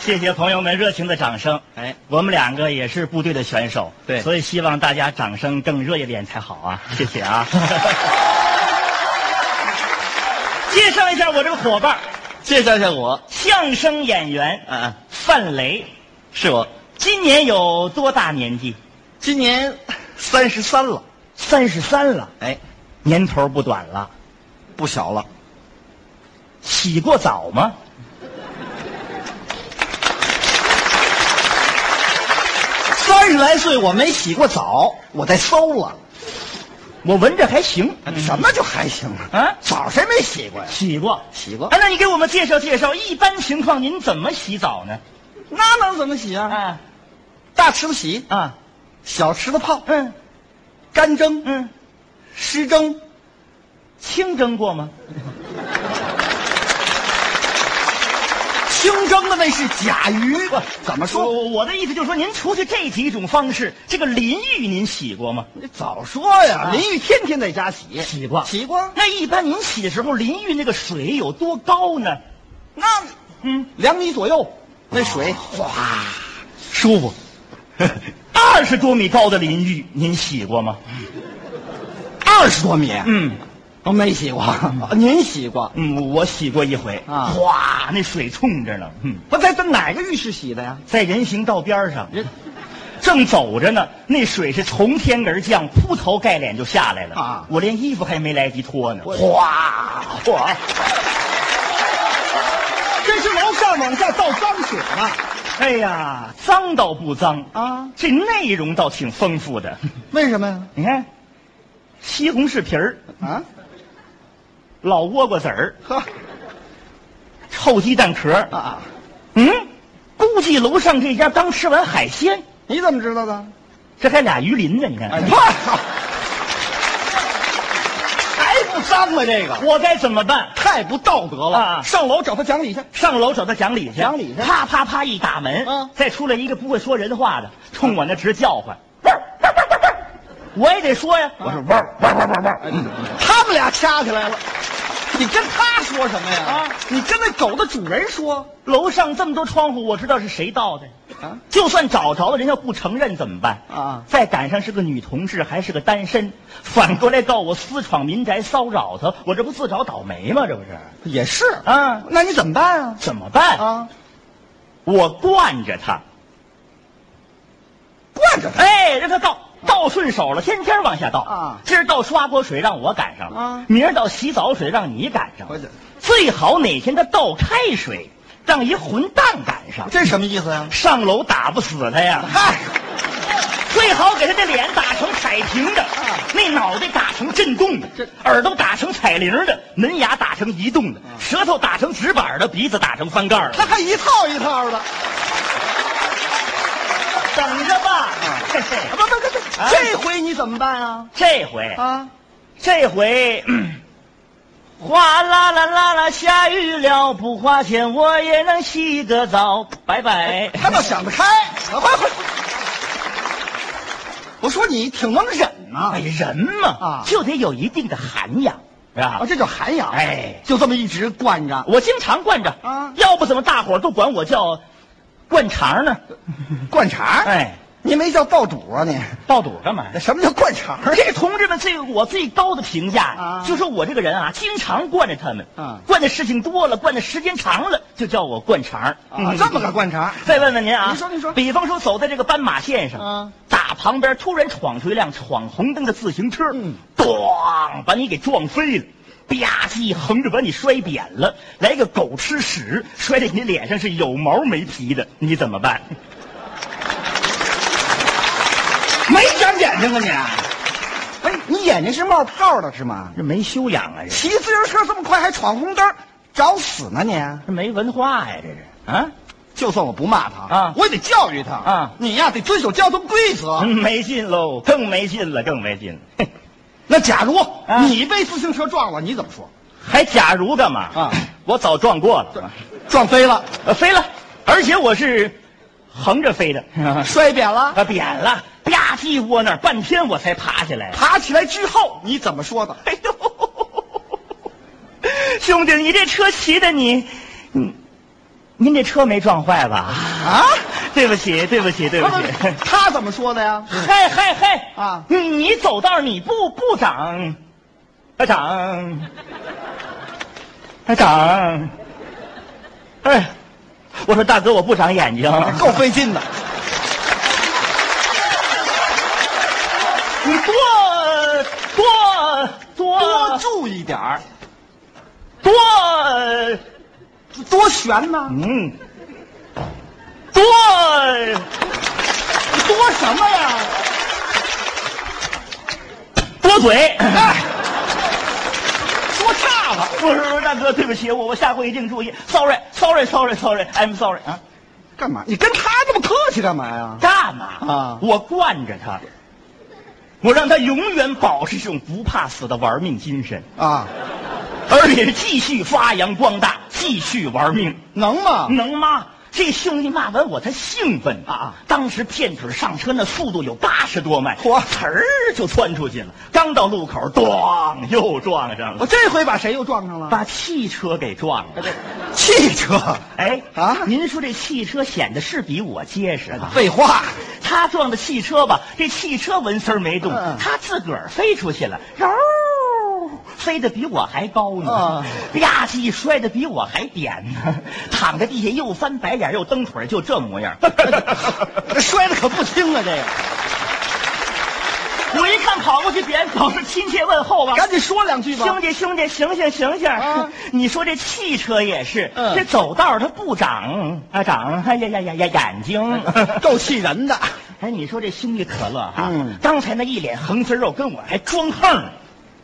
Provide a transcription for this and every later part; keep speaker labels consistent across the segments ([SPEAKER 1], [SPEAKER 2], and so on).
[SPEAKER 1] 谢谢朋友们热情的掌声。
[SPEAKER 2] 哎，
[SPEAKER 1] 我们两个也是部队的选手，
[SPEAKER 2] 对
[SPEAKER 1] 所以希望大家掌声更热烈点才好 啊！谢谢啊。介绍一下我这个伙伴儿，
[SPEAKER 2] 介绍一下我，
[SPEAKER 1] 相声演员
[SPEAKER 2] 啊啊，
[SPEAKER 1] 范雷，
[SPEAKER 2] 是我，
[SPEAKER 1] 今年有多大年纪？
[SPEAKER 2] 今年三十三了，
[SPEAKER 1] 三十三了，
[SPEAKER 2] 哎，
[SPEAKER 1] 年头不短了。
[SPEAKER 2] 不小了，
[SPEAKER 1] 洗过澡吗？
[SPEAKER 2] 三十来岁我没洗过澡，我再搜了，
[SPEAKER 1] 我闻着还行
[SPEAKER 2] 什么就还行了
[SPEAKER 1] 嗯啊
[SPEAKER 2] 澡谁没洗过呀？
[SPEAKER 1] 洗过。
[SPEAKER 2] 洗过
[SPEAKER 1] 哎，那你给我们介绍介绍，一般情况您怎么洗澡呢？
[SPEAKER 2] 那能怎么洗啊？
[SPEAKER 1] 啊
[SPEAKER 2] 大池子洗，
[SPEAKER 1] 啊，
[SPEAKER 2] 小池子泡，
[SPEAKER 1] 嗯
[SPEAKER 2] 干蒸、
[SPEAKER 1] 嗯，
[SPEAKER 2] 湿蒸，
[SPEAKER 1] 清蒸过吗？
[SPEAKER 2] 清蒸的那是甲鱼。怎么
[SPEAKER 1] 我
[SPEAKER 2] 说？
[SPEAKER 1] 我我的意思就是说，您除去这几种方式，这个淋浴您洗过吗？
[SPEAKER 2] 你早说呀！
[SPEAKER 1] 啊
[SPEAKER 2] 淋浴天天在家洗，
[SPEAKER 1] 洗过
[SPEAKER 2] 洗过。
[SPEAKER 1] 那一般您洗的时候，淋浴那个水有多高呢？
[SPEAKER 2] 那
[SPEAKER 1] 嗯，
[SPEAKER 2] 两米左右，那水
[SPEAKER 1] 哦
[SPEAKER 2] 哗，舒服。
[SPEAKER 1] 二十多米高的淋浴您洗过吗？
[SPEAKER 2] 二十多米，
[SPEAKER 1] 嗯
[SPEAKER 2] 我没洗 过。您洗过？
[SPEAKER 1] 嗯，我洗过一回
[SPEAKER 2] 啊
[SPEAKER 1] 哗，那水冲着呢。嗯，
[SPEAKER 2] 不在在哪个浴室洗的呀？
[SPEAKER 1] 在人行道边上，
[SPEAKER 2] 人
[SPEAKER 1] 正走着呢，那水是从天而降，铺头盖脸就下来了。
[SPEAKER 2] 啊
[SPEAKER 1] 我连衣服还没来及脱呢。
[SPEAKER 2] 哗哗，这是楼上往下倒脏水了。
[SPEAKER 1] 哎呀，脏倒不脏
[SPEAKER 2] 啊
[SPEAKER 1] 这内容倒挺丰富的。
[SPEAKER 2] 为什么呀？
[SPEAKER 1] 你看，西红柿皮儿、
[SPEAKER 2] 啊，
[SPEAKER 1] 老倭瓜子儿、
[SPEAKER 2] 呵
[SPEAKER 1] 臭鸡蛋壳儿，
[SPEAKER 2] 啊，
[SPEAKER 1] 嗯，估计楼上这家刚吃完海鲜，
[SPEAKER 2] 你怎么知道的？
[SPEAKER 1] 这还俩鱼鳞呢。你看，
[SPEAKER 2] 哎， 操！还不脏吗？这个
[SPEAKER 1] 我该怎么办？
[SPEAKER 2] 太不道德了！
[SPEAKER 1] 啊
[SPEAKER 2] 上楼找他讲理去。
[SPEAKER 1] 上楼找他讲理去，
[SPEAKER 2] 讲理去
[SPEAKER 1] 啪啪啪一打门，
[SPEAKER 2] 嗯
[SPEAKER 1] 再出来一个不会说人话的，冲我那直叫唤，
[SPEAKER 2] 啊
[SPEAKER 1] 汪汪汪汪汪我也得说呀，我说汪汪汪汪汪，
[SPEAKER 2] 他们俩掐起来了，你跟他说什么呀？
[SPEAKER 1] 啊
[SPEAKER 2] 你跟那狗的主人说
[SPEAKER 1] 楼上这么多窗户，我知道是谁盗的，
[SPEAKER 2] 啊？
[SPEAKER 1] 就算找着了，人要不承认怎么办？
[SPEAKER 2] 啊
[SPEAKER 1] 再赶上是个女同志，还是个单身，反过来告我私闯民宅骚扰她，我这不自找倒霉吗？这不是
[SPEAKER 2] 也是啊，
[SPEAKER 1] 啊？
[SPEAKER 2] 那你怎么办啊？
[SPEAKER 1] 怎么办？
[SPEAKER 2] 啊，
[SPEAKER 1] 我惯着她，
[SPEAKER 2] 惯着他。
[SPEAKER 1] 哎，让他倒倒顺手了，天天往下倒
[SPEAKER 2] 啊
[SPEAKER 1] 今儿倒刷锅水让我赶上了，
[SPEAKER 2] 啊
[SPEAKER 1] 明儿倒洗澡水让你赶上
[SPEAKER 2] 我
[SPEAKER 1] 了
[SPEAKER 2] 这，
[SPEAKER 1] 最好哪天他倒开水，让一混蛋赶上，
[SPEAKER 2] 这什么意思啊呀、
[SPEAKER 1] 上楼打不死他呀！
[SPEAKER 2] 嗨，
[SPEAKER 1] 最好给他的脸打成彩屏的，
[SPEAKER 2] 啊
[SPEAKER 1] 那脑袋打成震动的
[SPEAKER 2] 这，
[SPEAKER 1] 耳朵打成彩铃的，门牙打成移动的，舌头打成纸板的，鼻子打成翻盖儿的。
[SPEAKER 2] 他还一套一套的。
[SPEAKER 1] 等着吧，嘿嘿
[SPEAKER 2] 不不不不，
[SPEAKER 1] 啊
[SPEAKER 2] 这回你怎么办啊？
[SPEAKER 1] 这回
[SPEAKER 2] 啊，
[SPEAKER 1] 这回，嗯哗啦啦啦啦，下雨了，不花钱我也能洗个澡，拜拜。
[SPEAKER 2] 他倒想得开。快快，我说你挺能忍呐、
[SPEAKER 1] 哎，人嘛，
[SPEAKER 2] 啊
[SPEAKER 1] 就得有一定的涵养，是吧？
[SPEAKER 2] 啊，这叫涵养。
[SPEAKER 1] 哎
[SPEAKER 2] 就这么一直惯着。
[SPEAKER 1] 我经常惯着，
[SPEAKER 2] 啊
[SPEAKER 1] 要不怎么大伙儿都管我叫灌肠呢？
[SPEAKER 2] 灌肠哎，
[SPEAKER 1] 哎，
[SPEAKER 2] 您没叫爆肚啊你？
[SPEAKER 1] 爆肚干嘛？
[SPEAKER 2] 什么叫灌肠
[SPEAKER 1] 这是同志们对我最高的评价
[SPEAKER 2] 啊
[SPEAKER 1] 就说我这个人啊，经常惯着他们，
[SPEAKER 2] 嗯
[SPEAKER 1] 惯的事情多了，惯的时间长了，就叫我灌肠。
[SPEAKER 2] 啊
[SPEAKER 1] 嗯？
[SPEAKER 2] 这么个灌肠？
[SPEAKER 1] 再问问您啊，
[SPEAKER 2] 您说您说
[SPEAKER 1] 比方说走在这个斑马线上，
[SPEAKER 2] 啊
[SPEAKER 1] 打旁边突然闯出一辆闯红灯的自行车，
[SPEAKER 2] 嗯
[SPEAKER 1] 咣，把你给撞飞了。吧唧，横着把你摔扁了，来个狗吃屎，摔在你脸上是有毛没皮的，你怎么办？
[SPEAKER 2] 没长眼睛啊你？哎，你眼睛是冒泡的是吗？
[SPEAKER 1] 这没修养啊，这
[SPEAKER 2] 骑自行车这么快还闯红灯，找死呢你！啊
[SPEAKER 1] 这没文化呀、这是啊，
[SPEAKER 2] 就算我不骂他
[SPEAKER 1] 啊
[SPEAKER 2] 我也得教育他
[SPEAKER 1] 啊
[SPEAKER 2] 你呀得遵守交通规则。
[SPEAKER 1] 嗯没劲喽，更没劲了，更没劲了。嘿
[SPEAKER 2] 那假如
[SPEAKER 1] 啊
[SPEAKER 2] 你被自行车撞了，你怎么说？
[SPEAKER 1] 还假如干嘛
[SPEAKER 2] 啊？
[SPEAKER 1] 我早撞过了，
[SPEAKER 2] 撞飞了，
[SPEAKER 1] 呃，飞了，而且我是横着飞的。
[SPEAKER 2] 摔扁了，
[SPEAKER 1] 啊，扁了，吧唧窝那儿，半天我才爬起来。
[SPEAKER 2] 爬起来之后你怎么说的？
[SPEAKER 1] 哎呦，兄弟，你这车骑的你，嗯，您这车没撞坏吧？
[SPEAKER 2] 啊？
[SPEAKER 1] 对不起，对不起，对不起。
[SPEAKER 2] 他怎么说的呀？
[SPEAKER 1] 嗨嗨嗨！
[SPEAKER 2] 啊
[SPEAKER 1] 你你走道你不不长，啊长，啊长，哎，我说大哥我不长眼睛，
[SPEAKER 2] 够费劲的。
[SPEAKER 1] 你多多
[SPEAKER 2] 多
[SPEAKER 1] 多
[SPEAKER 2] 注意点儿，
[SPEAKER 1] 多，
[SPEAKER 2] 多悬呐、
[SPEAKER 1] 嗯，多
[SPEAKER 2] 多什么呀？
[SPEAKER 1] 多嘴。
[SPEAKER 2] 哎，说差了。
[SPEAKER 1] 不是不是，大哥，对不起，我我下回一定注意。Sorry，Sorry，Sorry，Sorry，I'm sorry 啊。
[SPEAKER 2] 干嘛？你跟他这么客气干嘛呀？
[SPEAKER 1] 干嘛
[SPEAKER 2] 啊
[SPEAKER 1] 我惯着他，我让他永远保持这种不怕死的玩命精神，
[SPEAKER 2] 啊，
[SPEAKER 1] 而且是继续发扬光大，继续玩命，
[SPEAKER 2] 能吗？
[SPEAKER 1] 能吗？这兄弟骂完我，他兴奋
[SPEAKER 2] 啊！
[SPEAKER 1] 当时片腿上车那速度有八十多迈，
[SPEAKER 2] 嚯
[SPEAKER 1] 呲儿就窜出去了。刚到路口，咣，又撞上
[SPEAKER 2] 我
[SPEAKER 1] 了，
[SPEAKER 2] 这回把谁又撞上了？
[SPEAKER 1] 把汽车给撞了。
[SPEAKER 2] 汽车。
[SPEAKER 1] 哎
[SPEAKER 2] 啊
[SPEAKER 1] 您说这汽车显得是比我结实啊？
[SPEAKER 2] 废话，
[SPEAKER 1] 他撞的汽车吧，这汽车纹丝儿没动
[SPEAKER 2] 嗯，
[SPEAKER 1] 他自个儿飞出去了，嗖，飞得比我还高
[SPEAKER 2] 嗯
[SPEAKER 1] 呢，吧唧摔得比我还扁呢，躺在地下又翻白眼又蹬腿儿，就这模样。
[SPEAKER 2] 这摔的可不轻啊！这个，
[SPEAKER 1] 我一看跑过去，别人总是亲切问候吧。
[SPEAKER 2] 赶紧说两句吧。
[SPEAKER 1] 兄弟，兄弟，醒醒，醒醒！
[SPEAKER 2] 啊
[SPEAKER 1] 你说这汽车也是，
[SPEAKER 2] 嗯
[SPEAKER 1] 这走道儿它不长啊，长哎呀呀呀呀眼 睛，
[SPEAKER 2] 够气人的。
[SPEAKER 1] 哎，你说这兄弟可乐哈、
[SPEAKER 2] 嗯
[SPEAKER 1] 刚才那一脸横丝肉，跟我还装横，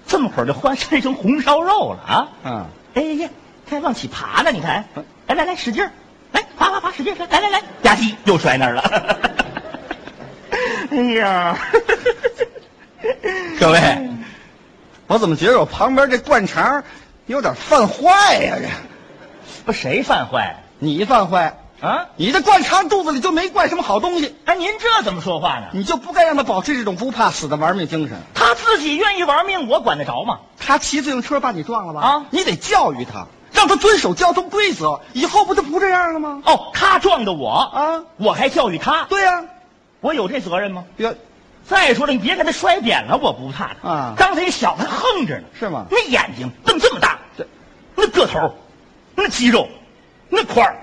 [SPEAKER 1] 这么会儿就换晒成红烧肉了啊！
[SPEAKER 2] 嗯，
[SPEAKER 1] 哎呀呀，还往起爬呢，你看，来来来，使劲儿，来爬爬爬，使劲儿，来来来，吧唧又摔那儿了。 哎呀，
[SPEAKER 2] 各位，我怎么觉得我旁边这灌肠有点犯坏呀、这
[SPEAKER 1] 不谁犯坏
[SPEAKER 2] 你犯坏，
[SPEAKER 1] 啊？
[SPEAKER 2] 你这灌肠肚子里就没灌什么好东西，
[SPEAKER 1] 哎，您这怎么说话呢？
[SPEAKER 2] 你就不该让他保持这种不怕死的玩命精神。
[SPEAKER 1] 他自己愿意玩命，我管得着吗？
[SPEAKER 2] 他骑自行车把你撞了吧？
[SPEAKER 1] 啊
[SPEAKER 2] 你得教育他，让他遵守交通规则，以后不就不这样了吗？
[SPEAKER 1] 哦，他撞的我
[SPEAKER 2] 啊，
[SPEAKER 1] 我还教育他，
[SPEAKER 2] 对呀、
[SPEAKER 1] 我有这责任吗？
[SPEAKER 2] 别
[SPEAKER 1] 再说了，你别给他摔扁了，我不怕他。
[SPEAKER 2] 啊
[SPEAKER 1] 刚才一小子横着呢，
[SPEAKER 2] 是吗
[SPEAKER 1] 那眼睛瞪这么大
[SPEAKER 2] 这，
[SPEAKER 1] 那个头，那肌肉，那块儿，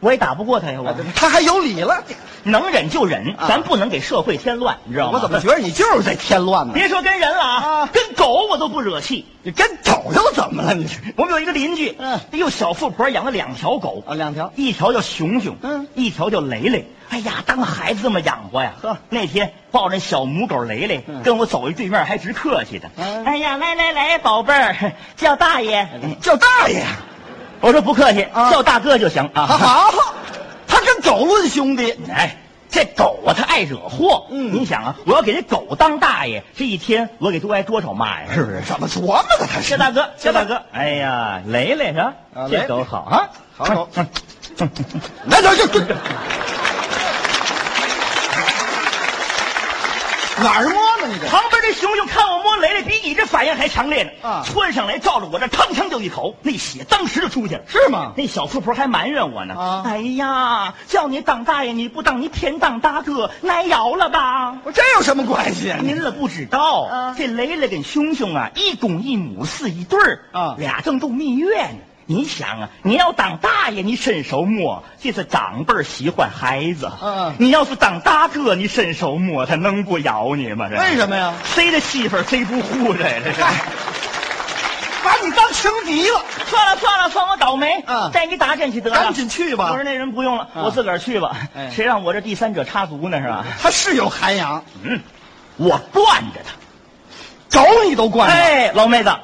[SPEAKER 1] 我也打不过他呀！我、
[SPEAKER 2] 他还有理了，
[SPEAKER 1] 能忍就忍，
[SPEAKER 2] 啊
[SPEAKER 1] 咱不能给社会添乱，你知道吗？
[SPEAKER 2] 我怎么觉得你就是在添乱呢？
[SPEAKER 1] 别说跟人了啊，
[SPEAKER 2] 啊
[SPEAKER 1] 跟狗我都不惹气。
[SPEAKER 2] 你跟狗又怎么了？你
[SPEAKER 1] 我们有一个邻居，
[SPEAKER 2] 嗯
[SPEAKER 1] 哎呦，小富婆养了哦两条狗，
[SPEAKER 2] 啊，两条
[SPEAKER 1] 一条叫熊熊，
[SPEAKER 2] 嗯
[SPEAKER 1] 一条叫蕾蕾。哎呀，当孩子这么养活呀！
[SPEAKER 2] 呵
[SPEAKER 1] 那天抱着小母狗蕾蕾，
[SPEAKER 2] 嗯
[SPEAKER 1] 跟我走一对面，还直客气的。
[SPEAKER 2] 嗯
[SPEAKER 1] 哎呀，来来来，宝贝儿， 叫大爷。
[SPEAKER 2] 叫大爷，
[SPEAKER 1] 我说不客气，
[SPEAKER 2] 啊
[SPEAKER 1] 叫大哥就行啊。
[SPEAKER 2] 好好， 他跟狗论兄弟，
[SPEAKER 1] 哎，这狗啊，它爱惹祸。
[SPEAKER 2] 嗯
[SPEAKER 1] 你想啊，我要给这狗当大爷，这一天我给多挨多少骂呀？
[SPEAKER 2] 是不是？怎么琢磨的？他
[SPEAKER 1] 谢
[SPEAKER 2] 是
[SPEAKER 1] 大哥，谢
[SPEAKER 2] 谢
[SPEAKER 1] 大
[SPEAKER 2] 大
[SPEAKER 1] 哥。哎呀，蕾蕾是吧
[SPEAKER 2] 啊？
[SPEAKER 1] 这
[SPEAKER 2] 蕾
[SPEAKER 1] 狗好啊，
[SPEAKER 2] 好狗
[SPEAKER 1] 嗯。嗯嗯嗯
[SPEAKER 2] 来来就就哪儿摸呢？你这
[SPEAKER 1] 旁边这熊熊看我摸雷雷，比你这反应还强烈呢！
[SPEAKER 2] 啊
[SPEAKER 1] 窜上来照着我这腾腾就一口，那血当时就出去了。
[SPEAKER 2] 是吗？
[SPEAKER 1] 那小富婆还埋怨我呢，
[SPEAKER 2] 啊
[SPEAKER 1] 哎呀，叫你当大爷你不当，你偏当大哥，挨摇了吧？
[SPEAKER 2] 我这有什么关系啊？
[SPEAKER 1] 您了不知道，
[SPEAKER 2] 啊
[SPEAKER 1] 这雷雷跟熊熊啊，一公一母是一对儿
[SPEAKER 2] 啊
[SPEAKER 1] 俩正度蜜月呢。你想啊，你要当大爷，你伸手摸，这是长辈儿喜欢孩子；
[SPEAKER 2] 嗯
[SPEAKER 1] 你要是当大哥，你伸手摸，他能不咬你吗？这
[SPEAKER 2] 为什么呀？
[SPEAKER 1] 谁的媳妇儿谁不护着呀？这是。
[SPEAKER 2] 嗨，把你当情敌了，
[SPEAKER 1] 哎算了算了，算我倒霉。
[SPEAKER 2] 嗯
[SPEAKER 1] 带你打啊针去得啊了。
[SPEAKER 2] 赶紧去吧
[SPEAKER 1] 我说那人不用了，
[SPEAKER 2] 嗯
[SPEAKER 1] 我自个儿去吧。
[SPEAKER 2] 哎
[SPEAKER 1] 谁让我这第三者插足呢？是吧？
[SPEAKER 2] 他是有涵养，
[SPEAKER 1] 嗯，我惯着他。
[SPEAKER 2] 狗你都惯了。
[SPEAKER 1] 哎，老妹子，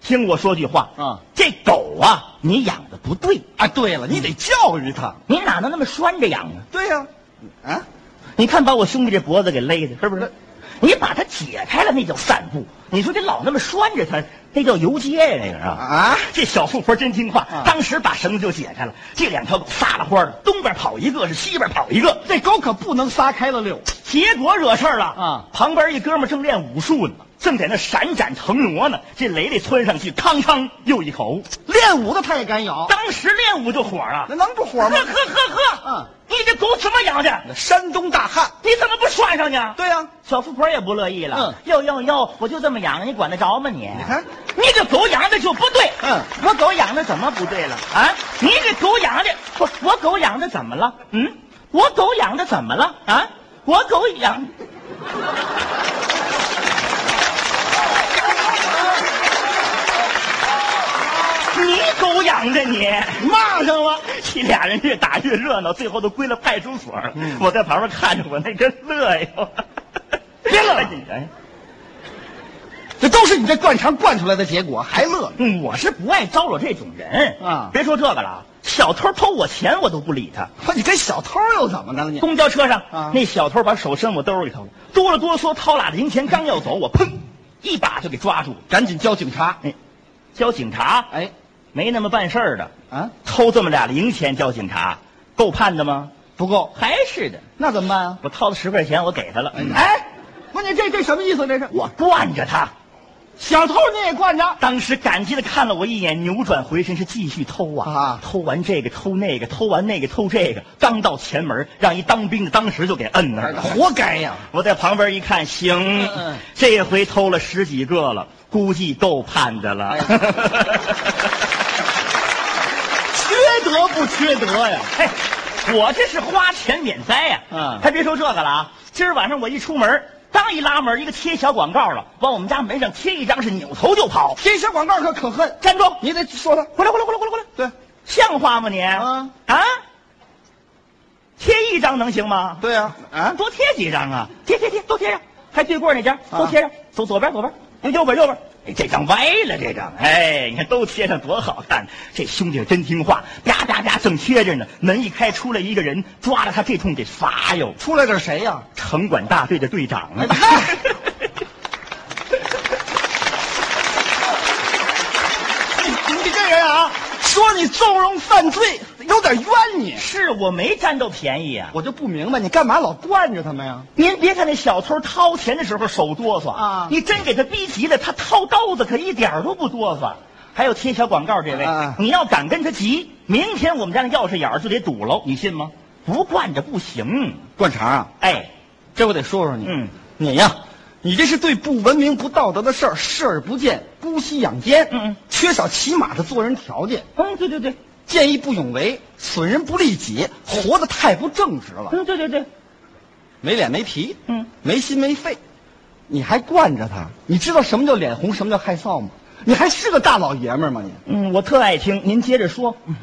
[SPEAKER 1] 听我说句话。
[SPEAKER 2] 嗯
[SPEAKER 1] 这狗啊，你养的不对，
[SPEAKER 2] 啊，对了，你得教育他。
[SPEAKER 1] 你哪能那么拴着养呢？
[SPEAKER 2] 对呀、啊，
[SPEAKER 1] 你看把我兄弟这脖子给勒的，是不是
[SPEAKER 2] 那？
[SPEAKER 1] 你把它解开了，那叫散步。你说这老那么拴着它，那叫游街呀、那个是吧？
[SPEAKER 2] 啊
[SPEAKER 1] 这小富婆真听话，
[SPEAKER 2] 啊
[SPEAKER 1] 当时把绳子就解开了。这两条狗撒了欢儿了，东边跑一个，是西边跑一个。
[SPEAKER 2] 这狗可不能撒开了溜。
[SPEAKER 1] 结果惹事儿了
[SPEAKER 2] 啊
[SPEAKER 1] 旁边一哥们儿正练武术呢，正在那闪展腾挪呢。这雷雷窜上去，康康又一口。
[SPEAKER 2] 练武的他也敢咬，
[SPEAKER 1] 当时练武就火了
[SPEAKER 2] 那，能不火
[SPEAKER 1] 呵
[SPEAKER 2] 吗？
[SPEAKER 1] 呵呵呵，
[SPEAKER 2] 嗯，
[SPEAKER 1] 你这狗怎么养的？
[SPEAKER 2] 山东大汉。
[SPEAKER 1] 你怎么不拴上呢？
[SPEAKER 2] 对啊呀、
[SPEAKER 1] 小富婆也不乐意了，要要要，我就这么养，你管得着吗你？
[SPEAKER 2] 嗯你看，
[SPEAKER 1] 你这狗养的就不对。
[SPEAKER 2] 嗯，
[SPEAKER 1] 我狗养的怎么不对了啊？你这狗养的不，我狗养的怎么了？嗯，我狗养的怎么了啊？我狗养，你狗养的你骂上了，这俩人越打越热闹，最后都归了派出所。
[SPEAKER 2] 嗯
[SPEAKER 1] 我在旁边看着，我那个乐哟。
[SPEAKER 2] 别乐了
[SPEAKER 1] 哎
[SPEAKER 2] 这都是你这灌肠灌出来的结果，还乐？
[SPEAKER 1] 嗯，我是不爱招惹这种人
[SPEAKER 2] 啊
[SPEAKER 1] 别说这个了，小偷偷我钱我都不理他。
[SPEAKER 2] 不，你跟小偷又怎么的了你？
[SPEAKER 1] 公交车上，
[SPEAKER 2] 啊
[SPEAKER 1] 那小偷把手伸我兜里头了，哆了哆嗦掏俩零钱，刚要走，我砰，一把就给抓住了。
[SPEAKER 2] 赶紧交警察！
[SPEAKER 1] 哎，交警察
[SPEAKER 2] 哎，
[SPEAKER 1] 没那么办事儿的，
[SPEAKER 2] 啊，
[SPEAKER 1] 偷这么俩零钱交警察，够判的吗？
[SPEAKER 2] 不够，
[SPEAKER 1] 还是的，
[SPEAKER 2] 那怎么办啊？
[SPEAKER 1] 我掏了十块钱，我给他了。哎，
[SPEAKER 2] 哎，不，你这这什么意思？这是
[SPEAKER 1] 我惯着他，
[SPEAKER 2] 小偷你也惯着？
[SPEAKER 1] 当时感激的看了我一眼，扭转回身是继续偷啊，
[SPEAKER 2] 啊
[SPEAKER 1] 偷完这个偷那个，偷完那个偷这个，刚到前门，让一当兵的当时就给摁那儿了。
[SPEAKER 2] 活该哎呀！
[SPEAKER 1] 我在旁边一看，行，
[SPEAKER 2] 嗯嗯
[SPEAKER 1] 这回偷了十几个了，估计够判的了。
[SPEAKER 2] 哎呀缺德不缺德呀？
[SPEAKER 1] 嘿，我这是花钱免灾呀、
[SPEAKER 2] 哎嗯
[SPEAKER 1] 还别说这个了啊，今儿晚上我一出门，刚一拉门，一个贴小广告了，往我们家门上贴一张，是扭头就跑。
[SPEAKER 2] 这些广告可可恨，
[SPEAKER 1] 站住！
[SPEAKER 2] 你得说他。
[SPEAKER 1] 回来，回来，回来，回来，回来！
[SPEAKER 2] 对，
[SPEAKER 1] 像话吗你？
[SPEAKER 2] 啊
[SPEAKER 1] 啊！贴一张能行吗？
[SPEAKER 2] 对呀、啊，
[SPEAKER 1] 多贴几张啊！贴贴贴，都贴上。还对过那家，
[SPEAKER 2] 啊
[SPEAKER 1] 都贴上。走左边，左边，右边，右边。哎，这张歪了，这张。哎，你看都贴上多好看！这兄弟真听话，啪啪啪，正贴着呢。门一开，出来一个人，抓着他这通给罚哟。
[SPEAKER 2] 出来点谁呀、
[SPEAKER 1] 城管大队的队长啊
[SPEAKER 2] 哎嗨！你你这人啊，说你纵容犯罪，有点冤你。
[SPEAKER 1] 是我没占到便宜啊！
[SPEAKER 2] 我就不明白，你干嘛老惯着他们呀？
[SPEAKER 1] 您别看那小偷掏钱的时候手哆嗦
[SPEAKER 2] 啊
[SPEAKER 1] 你真给他逼急了，他掏刀子可一点儿都不哆嗦。还有贴小广告这位，
[SPEAKER 2] 啊
[SPEAKER 1] 你要敢跟他急，明天我们家那钥匙眼儿就得堵喽，你信吗？不惯着不行。
[SPEAKER 2] 灌肠啊，
[SPEAKER 1] 哎，
[SPEAKER 2] 这我得说说你。
[SPEAKER 1] 嗯，
[SPEAKER 2] 你呀、你这是对不文明、不道德的事儿视而不见，姑息养奸，
[SPEAKER 1] 嗯嗯
[SPEAKER 2] 缺少起码的做人条件，
[SPEAKER 1] 嗯，对对对，
[SPEAKER 2] 见义不勇为，损人不利己，活得太不正直了，
[SPEAKER 1] 嗯，对对对，
[SPEAKER 2] 没脸没皮，
[SPEAKER 1] 嗯，
[SPEAKER 2] 没心没肺，你还惯着他，你知道什么叫脸红，什么叫害臊吗？你还是个大老爷们儿吗你？
[SPEAKER 1] 嗯，我特爱听，您接着说。嗯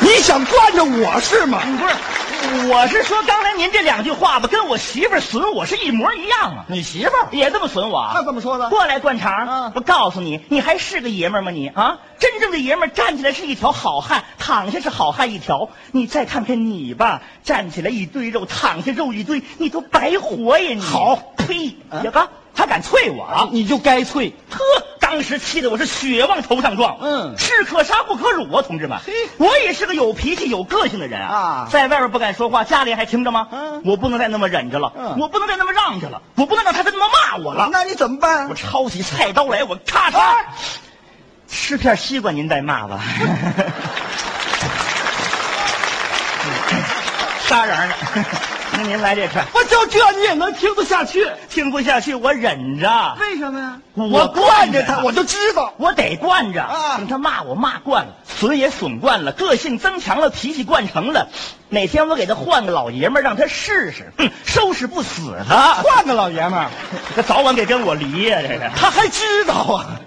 [SPEAKER 2] 你想惯着我是吗？
[SPEAKER 1] 不是，我是说刚才您这两句话吧，跟我媳妇儿损我是一模一样啊，
[SPEAKER 2] 你媳妇儿
[SPEAKER 1] 也这么损我啊。
[SPEAKER 2] 她怎么说的？
[SPEAKER 1] 过来，灌肠，
[SPEAKER 2] 嗯
[SPEAKER 1] 我告诉你，你还是个爷们儿吗你啊？真正的爷们儿站起来是一条好汉，躺下是好汉一条。你再看看你吧，站起来一堆肉，躺下肉一堆，你都白活呀你！
[SPEAKER 2] 好，
[SPEAKER 1] 呸，
[SPEAKER 2] 嗯
[SPEAKER 1] 小刚，他敢啐我啊！
[SPEAKER 2] 你就该啐。
[SPEAKER 1] 呵，当时气得我是血往头上撞。
[SPEAKER 2] 嗯
[SPEAKER 1] 士可杀不可辱啊，同志们
[SPEAKER 2] 嘿。
[SPEAKER 1] 我也是个有脾气、有个性的人
[SPEAKER 2] 啊
[SPEAKER 1] 在外边不敢说话，家里还听着吗？
[SPEAKER 2] 嗯
[SPEAKER 1] 我不能再那么忍着了，
[SPEAKER 2] 嗯
[SPEAKER 1] 我不能再那么让着了，我不能让他再啊那么骂我了。
[SPEAKER 2] 那你怎么办
[SPEAKER 1] 我
[SPEAKER 2] 啊？
[SPEAKER 1] 抄起菜刀来，我咔嚓
[SPEAKER 2] 哎，
[SPEAKER 1] 吃片西瓜，您再骂 吧。嗯杀瓤呢？那您来这块，
[SPEAKER 2] 我就这你也能听得下去？
[SPEAKER 1] 听不下去，我忍着，
[SPEAKER 2] 为什么呀？
[SPEAKER 1] 我
[SPEAKER 2] 我
[SPEAKER 1] 惯
[SPEAKER 2] 惯
[SPEAKER 1] 着
[SPEAKER 2] 着
[SPEAKER 1] 他
[SPEAKER 2] 他，我就知道。
[SPEAKER 1] 我得惯着。
[SPEAKER 2] 啊
[SPEAKER 1] 等他骂我骂惯了，损也损惯了，个性增强了，脾气惯成了。哪天我给他换个老爷们儿，让他试试，哼，收拾不死他，
[SPEAKER 2] 换个老爷们儿，
[SPEAKER 1] 他早晚得跟我离呀、这个。
[SPEAKER 2] 他还知道啊。